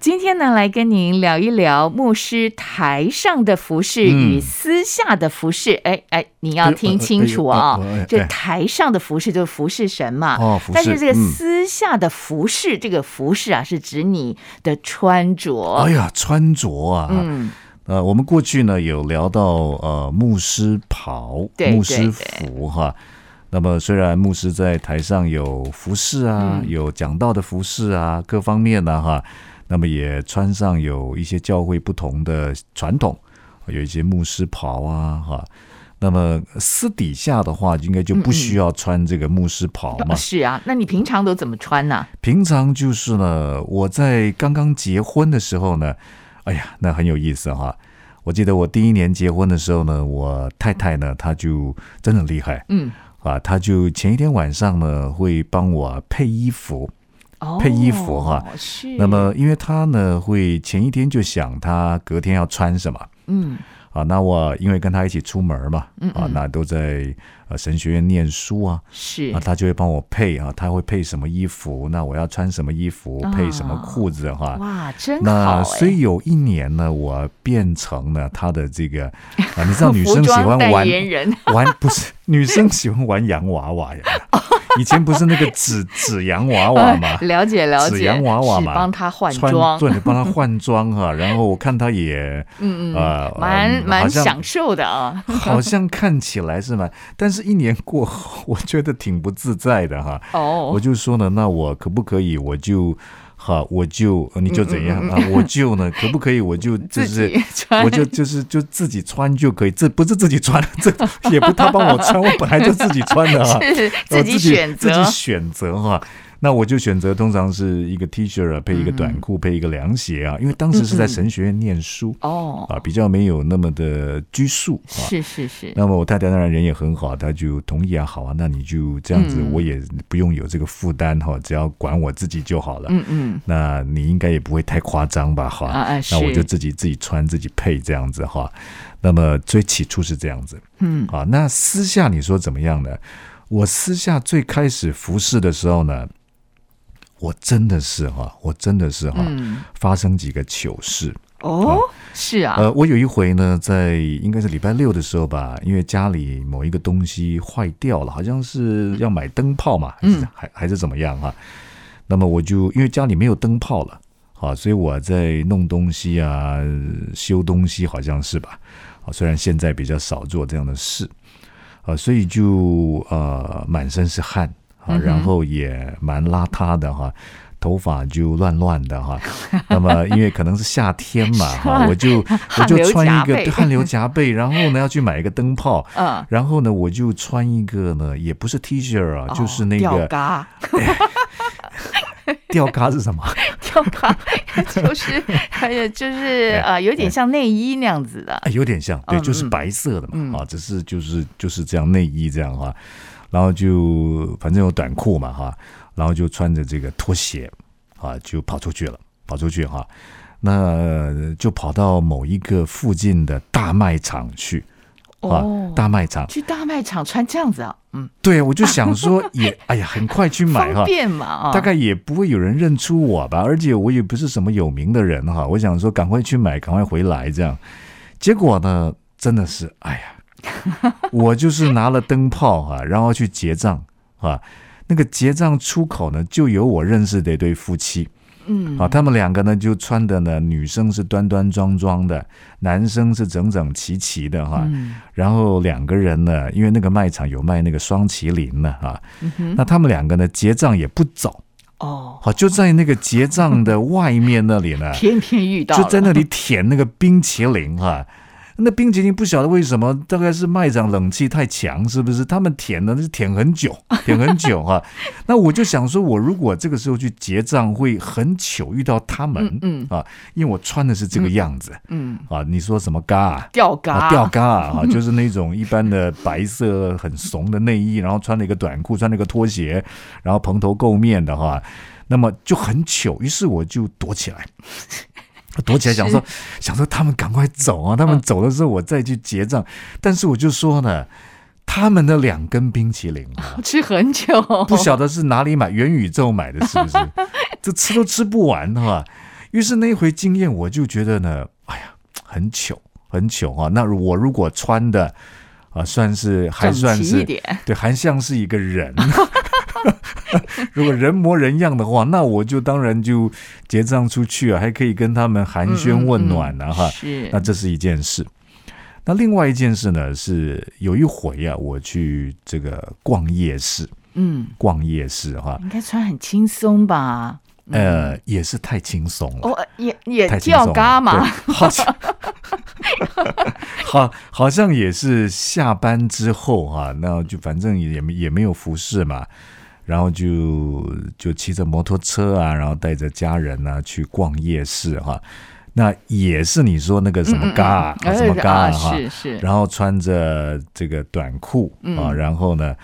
今天呢，来跟您聊一聊牧师台上的服饰嗯与私下的服饰。哎、哎，你要听清楚啊、哎呦哎呦哎呦哎呦这台上的服饰就是服饰神嘛，哦服饰啊但是这个嗯私下的服饰，这个服饰啊，是指你的穿着。哎呀，穿着啊，嗯，呃，我们过去呢有聊到呃牧师袍、对牧师服哈。那么虽然牧师在台上有服饰啊，嗯有讲道的服饰啊，各方面呢、哈，那么也穿上有一些教会不同的传统，有一些牧师袍啊哈。那么私底下的话，应该就嗯不需要穿这个牧师袍嘛。是啊，那你平常都怎么穿呢、平常就是呢，我在刚刚结婚的时候呢，哎呀，那很有意思哈。我记得我第一年结婚的时候呢，我太太呢，她就真的厉害嗯，啊，她就前一天晚上呢，会帮我配衣服。哦，配衣服哈是。那，么，因为她呢，会前一天就想她隔天要穿什么嗯，啊。那我因为跟她一起出门嘛嗯，啊，嗯那都在呃神学院念书啊，是啊，他就会帮我配啊，他会配什么衣服，那我要穿什么衣服，啊配什么裤子哈、哇，真好那哎！所以有一年呢，我变成了他的这 个啊，你知道女服生喜欢装代玩言人？玩不是女生喜欢玩洋娃娃呀，以前不是那个纸纸洋娃娃吗 了解了纸解，洋娃娃是嘛，帮他换穿装，对，帮他换装 哈、然后我看他也嗯呃嗯，蛮嗯蛮好像享受的 啊。好像看起来是蛮，但是一年过后，我觉得挺不自在的哈、我哦，就说呢，那我可不可以，我就好，我就呃你就怎嗯样、啊？我就呢，可不可以，我就就 自是己。穿， 我就就是就自己穿就可以，这不是自己穿，这也不是他帮我穿，我本来就自己穿的啊，是我 自己选自择己。选择哈、那我就选择通常是一个 T 恤啊，配一个短嗯裤，配一个凉鞋啊，因为当时是在神学院念书、哦，啊，比较没有那么的拘束啊。是是是，那么我太太当然人也很好，她就同意啊，好啊，那你就这样子，嗯我也不用有这个负担哈，只要管我自己就好了。嗯嗯，那你应该也不会太夸张吧？哈，啊啊是那我就自己自己穿自己配这样子哈。那么最起初是这样子，嗯，啊，那私下你说怎么样呢？我私下最开始服侍的时候呢，我真的是哈，我真的是哈，嗯发生几个糗事。哦，是啊，呃，我有一回呢，在应该是礼拜六的时候吧，因为家里某一个东西坏掉了，好像是要买灯泡嘛，还是嗯还还是怎么样哈、那么我就因为家里没有灯泡了，啊，所以我在弄东西啊，修东西好像是吧，啊，虽然现在比较少做这样的事，啊，所以就呃满身是汗啊，嗯哼然后也蛮邋遢的哈、头发就乱乱 的哈、那么因为可能是夏天嘛哈、我就我就穿一汗流浃个背对汗流浃背，然后呢要去买一个灯泡，嗯，然后呢我就穿一个呢也不是 T 恤啊，就是哦那吊个嘎， 吊嘎是什么？吊嘎就是 还有就是哎呃，有点像内衣那样子的，哎，有点像，对，嗯就是嗯白色的嘛，嗯啊，只是就是就是这样内衣这样哈、然后就反正有短裤嘛哈、然后就穿着这个拖鞋啊，就跑出去了，跑出去哈、那呃就跑到某一个附近的大卖场去啊，哦，大卖场，去大卖场穿这样子啊，嗯，对我就想说也， 哎呀，很快去买哈、方便嘛啊，大概也不会有人认出我吧，而且我也不是什么有名的人哈，我想说赶快去买，赶快回来这样。结果呢，真的是，哎呀， 我就是拿了灯泡哈、然后去结账啊，那个结账出口呢，就有我认识的一对夫妻嗯，啊，他们两个呢就穿的呢，女生是端端庄庄的，男生是整整齐齐的哈、嗯然后两个人呢，因为那个卖场有卖那个双麒麟呢啊，嗯哼，那他们两个呢结账也不走。哦，好，就在那个结账的外面那里呢 ，偏偏遇到哎就在了那里舔那个冰淇淋哈、啊 那冰淇淋不晓得为什么，大概是卖场冷气太强，是不是？他们舔呢，是舔很久， 舔很久哈、那我就想说，我如果这个时候去结账，会很糗遇到他们，嗯啊，因为我穿的是这个样子、嗯，啊。你说什么嘎、啊？吊嘎、啊，吊嘎啊，就是那种一般的白色很怂的内衣，然后穿了一个短裤，穿了一个拖鞋，然后蓬头垢面的哈，那么就很糗，于是我就躲起 来。躲起来想说，想说他们赶快走嗯啊！他们走的时候我再去结账，但是我就说呢，他们的两根冰淇淋啊，吃很久，不晓得是哪里买，元宇宙买的， 是不是？这吃都吃不完哈、于是那一回经验，我就觉得呢，哎呀，很糗，很糗啊。那我如果穿的啊，算是还整算齐一是点，对，还像是一个人。 如果人模人样的话，那我就当然就结账出去啊，还可以跟他们寒暄问暖嗯啊，哈、是那这是一件事。那另外一件事呢，是有一回啊，我去这个逛夜市，嗯，逛夜市哈、应该穿很轻松吧？呃，也是太轻松了，嗯哦，也也太轻松吊了，嘎嘛，对，好像 好，好像也是下班之后哈、那就反正也没也没有服饰嘛，然后就就骑着摩托车啊，然后带着家人呢、去逛夜市哈、那也是你说那个什么嘎啊、嗯嗯嗯什么嘎啊哎哈、是是，然后穿着这个短裤嗯啊，然后呢，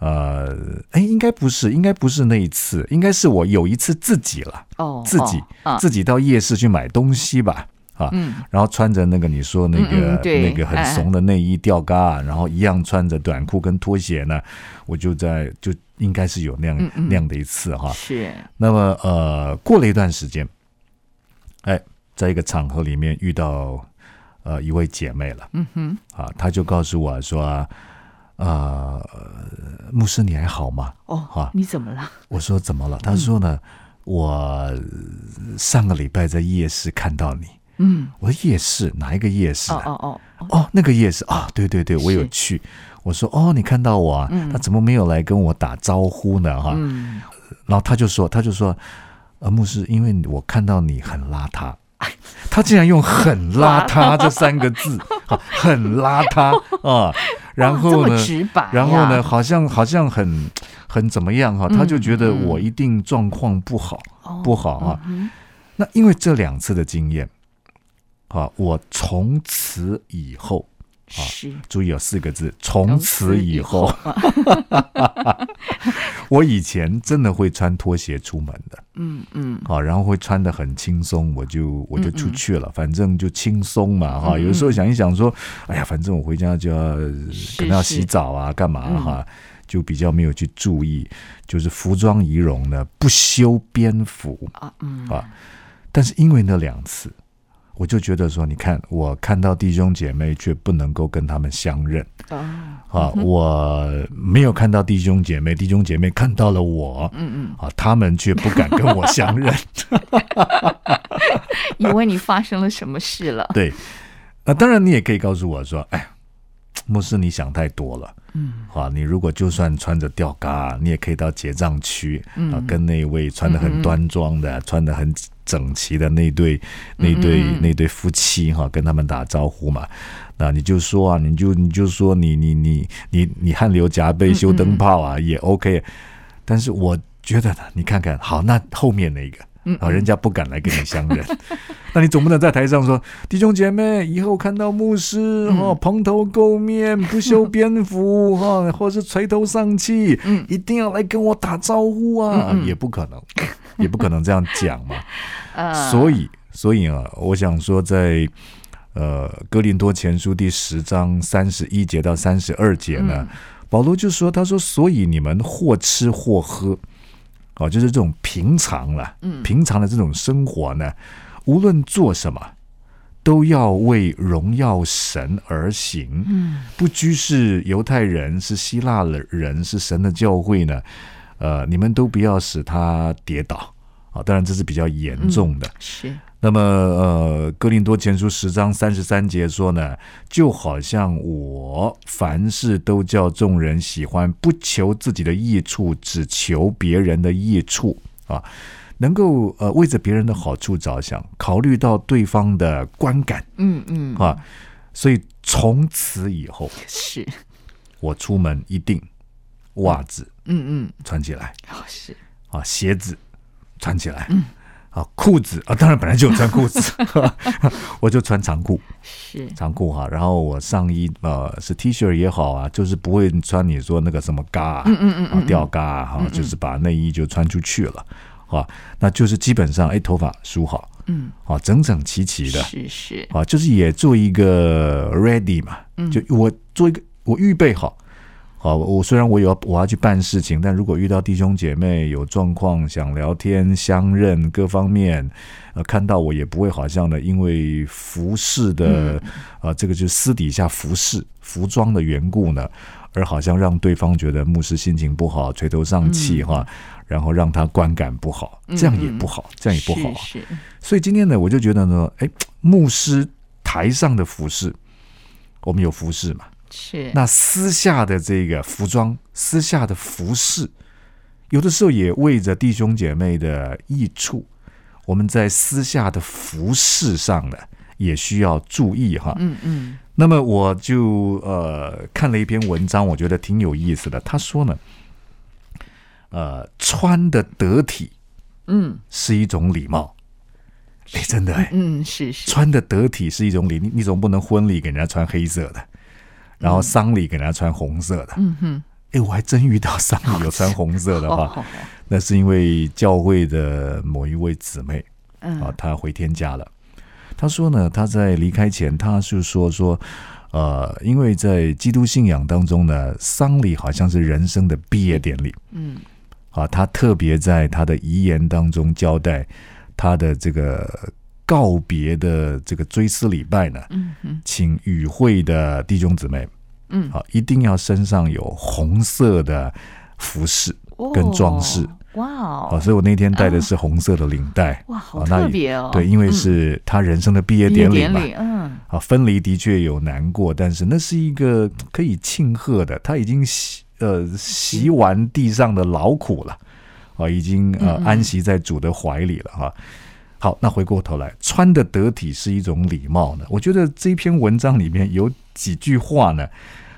呃，哎，应该不是，应该不是那一次，应该是我有一次自己了，哦，自己、哦啊自己到夜市去买东西吧，啊，嗯然后穿着那个你说那嗯个嗯对那个很怂的内衣吊嘎，啊然后一样穿着短裤跟拖鞋呢，我就在就应该是有那样、嗯嗯那样的一次哈，是那么呃，过了一段时间，哎，在一个场合里面遇到呃一位姐妹了，嗯哼，啊，她就告诉我说，啊呃，牧师你还好吗？哦好，你怎么了？我说怎嗯么了？她说呢，我呃上个礼拜在夜市看到你。嗯，我说夜市哪一个夜市、哦啊？哦哦，哦，那个夜市啊，对对对，我有去。我说哦，你看到我啊，嗯那怎么没有来跟我打招呼呢？哈、嗯，然后他就说，他就说，呃，牧师，因为我看到你很邋遢， 他竟然用“很邋遢”这三 个字，啊很邋遢啊。然哇哦 这后么呢，直白呀，然后呢，好像好像很很怎么样哈、嗯他就觉得我一定状况不好，哦，不好啊。嗯那因为这两次的经验，啊，我从此以后，哼，是注意有四个字，啊从从此此以以后， 我以前真的会穿拖鞋出门的。嗯嗯，啊，然后会穿的很轻松，我就我就出去了，反正就轻松嘛哈。嗯嗯嗯有时候想一想说，哎呀，反正我回家就要可能要洗是澡啊，干嘛哈，就比较没有去注意，就是服装仪容呢不修边幅啊嗯啊。但是因为那两次，我就觉得说，你看我看到弟兄姐妹却不能够跟他们相认哦啊，我没有看到弟兄姐妹，弟兄姐妹看到了我。嗯啊，他们却不敢跟我相认，，嗯，以为你发生了什么事了对，那当然你也可以告诉我说，哎，牧师你想太多了。嗯，啊，你如果就算穿着吊嘎，你也可以到结账区啊，跟那位穿的很端庄的、穿的很整齐的那对、那对、那对夫妻哈、跟他们打招呼嘛。那你就说啊，你就你就说你你你你你汗流浃背修灯泡啊，也 OK。但是我觉得呢，你看看，好，那后面那个。啊，人家不敢来跟你相认， 那你总不能在台上说弟兄姐妹，以后看到牧师哦，蓬头垢面，不修边幅哈，或是垂头丧气，一定要来跟我打招呼啊，也不可能，也不可能这样讲嘛。呃，所以，所以啊，我想说在，呃《哥林多前书》第十章三十一节到三十二节呢，保罗就说：“他说，所以你们或吃或喝，哦，就是这种平常了，平常的这种生活呢，无论做什么。”都要为荣耀神而行，嗯，不拘是犹太人，是希腊人，是神的教会呢，呃，你们都不要使他跌倒啊！当然这是比较严重的，是那么，呃，《哥林多前书》十章三十三节说呢，就好像我凡事都叫众人喜欢，不求自己的益处，只求别人的益处啊，能够呃为着别人的好处着想，考虑到对方的观感嗯嗯啊。所以从此以后，是，我出门一定袜子嗯嗯，穿起来哦是，啊，鞋子穿起来，啊，裤子啊，当然本来就有穿裤子， 我就穿长裤，是，长裤哈，然后我上衣呃是 T 恤也好啊，就是不会穿你说那个什么嘎啊，嗯嗯嗯啊吊嘎啊哈、就是把内衣就穿出去了，啊，那就是基本上哎头发梳好，嗯，啊整整齐齐的，是是，嗯啊，就是也做一个 ready 嘛，就我做一个我预备好。好，我虽然我有我要去办事情，但如果遇到弟兄姐妹有状况想聊天、相认各方面，呃，看到我也不会好像呢，因为服饰嗯的，呃，这个就是私底下服饰服装的缘故呢，而好像让对方觉得牧师心情不好、垂头丧气嗯哈，然后让他观感不好，这样也不好，这样也不好啊。嗯是是所以今天呢，我就觉得呢，哎，牧师台上的服饰，我们有服饰嘛？是，那私下的这个服装，私下的服饰，有的时候也为着弟兄姐妹的益处，我们在私下的服饰上呢，也需要注意哈。嗯嗯那么我就呃看了一篇文章，我觉得挺有意思的。他说呢，呃，穿的得体嗯是一种礼貌。哎，真的哎，嗯是是，穿的得体是一种礼，你你总不能婚礼给人家穿黑色的，然后丧礼给人家穿红色的。嗯哼，哎，我还真遇到丧礼有穿红色的 哦话，哦，那是因为教会的某一位姊妹啊嗯，她回天家了。她说呢，她在离开前，她就说说，呃，因为在基督信仰当中呢，丧礼好像是人生的毕业典礼，嗯啊，他特别在他的遗言当中交代他的这个告别的这个追思礼拜呢，嗯嗯请与会的弟兄姊妹，嗯，啊，一定要身上有红色的服饰跟装饰。哦，哇啊，哦，所以我那天戴的是红色的领带，哇，好啊那特别哦，对，因为是他人生的嗯毕业毕业典礼典嘛，礼，嗯啊，分离的确有难过，但是那是一个可以庆贺的，他已经洗呃洗完地上的劳苦了，啊，已经呃嗯嗯安息在主的怀里了哈、啊好，那回过头来，穿的得体是一种礼貌呢。我觉得这篇文章里面有几句话呢，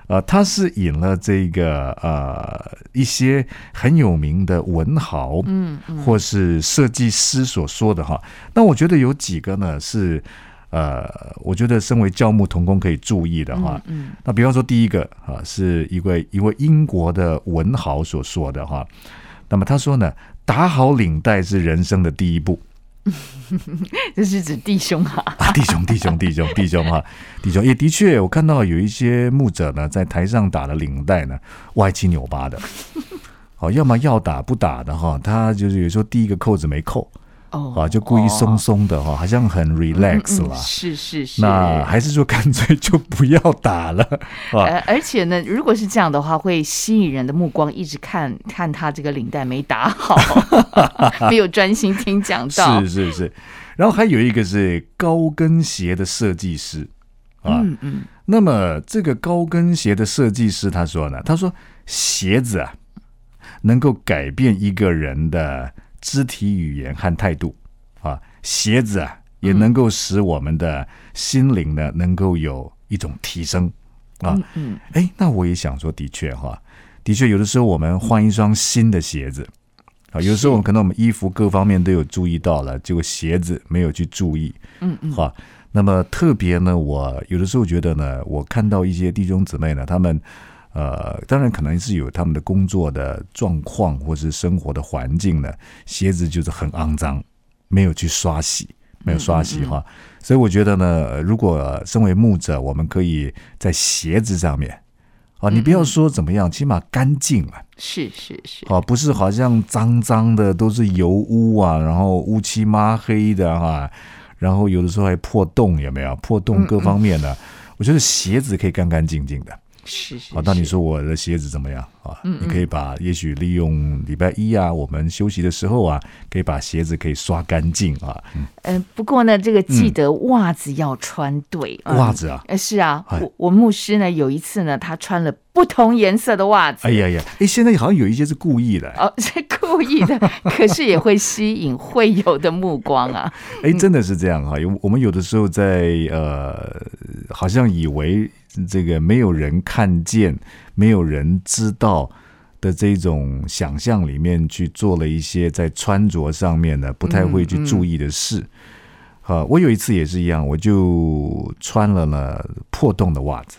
呃，它是引了这个呃一些很有名的文豪，嗯嗯，或是设计师所说的哈。那我觉得有几个呢是，呃，我觉得身为教牧童工可以注意的哈。嗯那比方说第一个啊，是一位一位英国的文豪所说的哈。那么他说呢，打好领带是人生的第一步。 嗯，这是指弟兄啊，啊，弟兄，弟兄，弟兄，弟兄哈，弟兄也的确，我看到有一些牧者呢，在台上打了领带呢，歪七扭八的，哦，要么要打不打的哈，他就是有时候第一个扣子没扣，哦啊，就故意松哦松的哈，好像很 relax 嗯了。是是是，那还啊是说干脆就不要打了啊？呃，而且呢，如果是这样的话，会吸引人的目光一直看看他这个领带没打 好，没有专心听讲到。是是是。然后还有一个是高跟鞋的设计师啊，嗯嗯那么这个高跟鞋的设计师他说呢，他说鞋子啊能够改变一个人的肢体语言和态度啊，鞋子啊嗯也能够使我们的心灵呢能够有一种提升啊。嗯嗯，哎，那我也想说，的确哈，的确有的时候我们换一双新的鞋子啊，有的时候我们可能我们衣服各方面都有注意到了，结果鞋子没有去注意，嗯嗯，哈。那么特别呢，我有的时候觉得呢，我看到一些弟兄姊妹呢，他们呃，当然可能是有他们的工作的状况或是生活的环境呢，鞋子就是很肮脏，没有去刷洗，没有刷嗯洗哈。所以我觉得呢，呃如果身为牧者，我们可以在鞋子上面啊，你嗯不要说怎么样，起码干净嘛。是是是，啊，不是好像脏脏的，都是油污啊，然后乌漆抹黑的哈、然嗯后有的时候还破洞，有没有破洞各方面的？我觉得鞋子可以干干净净的是是。好，那你是说我的鞋子怎么样啊？嗯你可以把，也许利用礼拜一啊，我们休息的时候啊，可以把鞋子可以刷干净啊，嗯，不过呢，这个记得袜子要穿对。嗯嗯袜子啊。呃，是啊，哎我我牧师呢有一次呢，他穿了不同颜色的袜子，哎呀呀，哎，现在好像有一些是故意的，哦， 是故意 的，可是也会吸引会友的目光啊。哎，真的是这样哈、有我们有的时候在呃，好像以为这个没有人看见、没有人知道的这种想象里面去做了一些在穿着上面呢不太会去注意的嗯事。啊，我有一次也是一样，我就穿了呢破洞的袜子，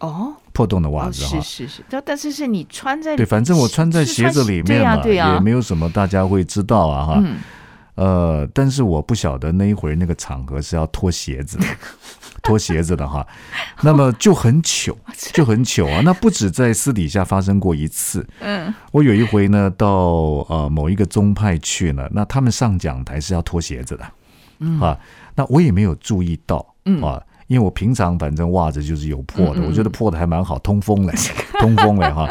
哦，破洞的袜哦，子哈、是是是，但但是是你穿在对，反正我穿在是鞋子里对面呀嘛，对呀也没有什么大家会知道啊哈。嗯呃，但是我不晓得那一回那个场合是要脱鞋子的，脱鞋子的哈，那么就很糗，就很糗啊。那不止在私底下发生过一次，嗯我有一回呢到呃某一个宗派去呢，那他们上讲台是要脱鞋子的，嗯啊，那我也没有注意到，嗯啊。因为我平常反正袜子就是有破嗯的，嗯嗯我觉得破的还蛮好，通风 嘞，通风嘞哈。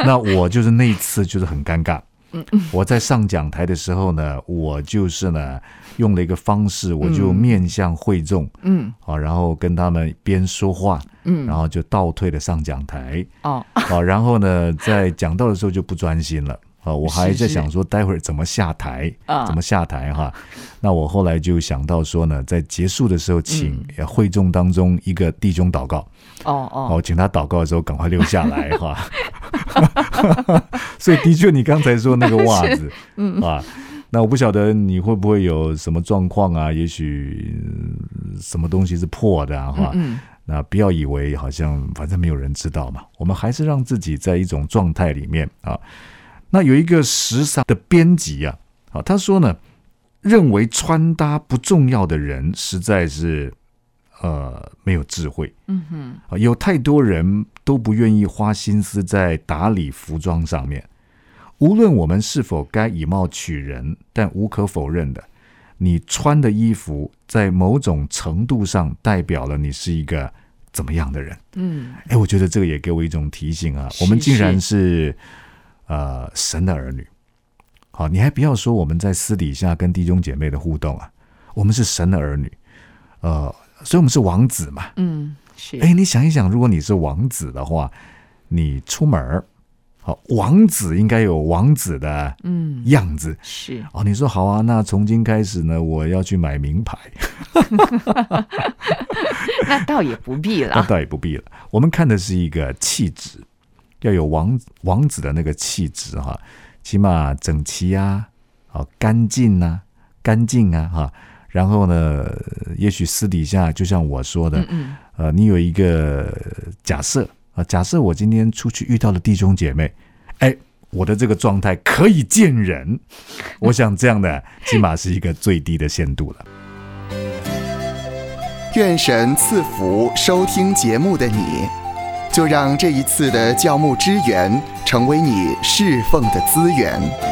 那我就是那一次就是很尴尬，嗯我在上讲台的时候呢，我就是呢用了一个方式，我就面向会众嗯啊，然后跟他们边说话，然嗯，后就倒退的上讲台哦， 啊，然后呢在讲到的时候就不专心了啊，我还是在想说待会儿怎么下台啊，怎么下台哈。那我后来就想到说呢，在结束的时候请呃会众当中一个弟兄祷告。哦好，哦，我请他祷告的时候赶快溜下来哈。 所以的确，你刚才说那个袜 子，嗯啊，那我不晓得你会不会有什么状况啊？也许、嗯什么东西是破的啊，哈、嗯那不要以为好像反正没有人知道嘛，我们还是让自己在一种状态里面啊。那有一个时尚的编辑啊，啊，他说呢，认为穿搭不重要的人实在是呃没有智慧。嗯哼，啊，有太多人都不愿意花心思在打理服装上面。无论我们是否该以貌取人，但无可否认的，你穿的衣服在某种程度上代表了你是一个怎么样的人。嗯，哎，我觉得这个也给我一种提醒啊，是我们竟然是呃神的儿女。好，你还不要说我们在私底下跟弟兄姐妹的互动啊，我们是神的儿女，呃，所以我们是王子嘛。嗯是，哎，你想一想，如果你是王子的话，你出门儿，好，王子应该有王子的嗯样子。是，哦，你说好啊，那从今开始呢，我要去买名牌，那倒也不必那啦。倒也不必了。我们看的是一个气质，要有王王子的那个气质哈，起码整齐啊，好干净啊，干净啊哈。然后呢，也许私底下就像我说的，嗯嗯呃，你有一个假设啊、假设我今天出去遇到了弟兄姐妹，哎，我的这个状态可以见人，我想这样的起码是一个最低的限度了。愿神赐福收听节目的你，就让这一次的教牧支援成为你侍奉的资源。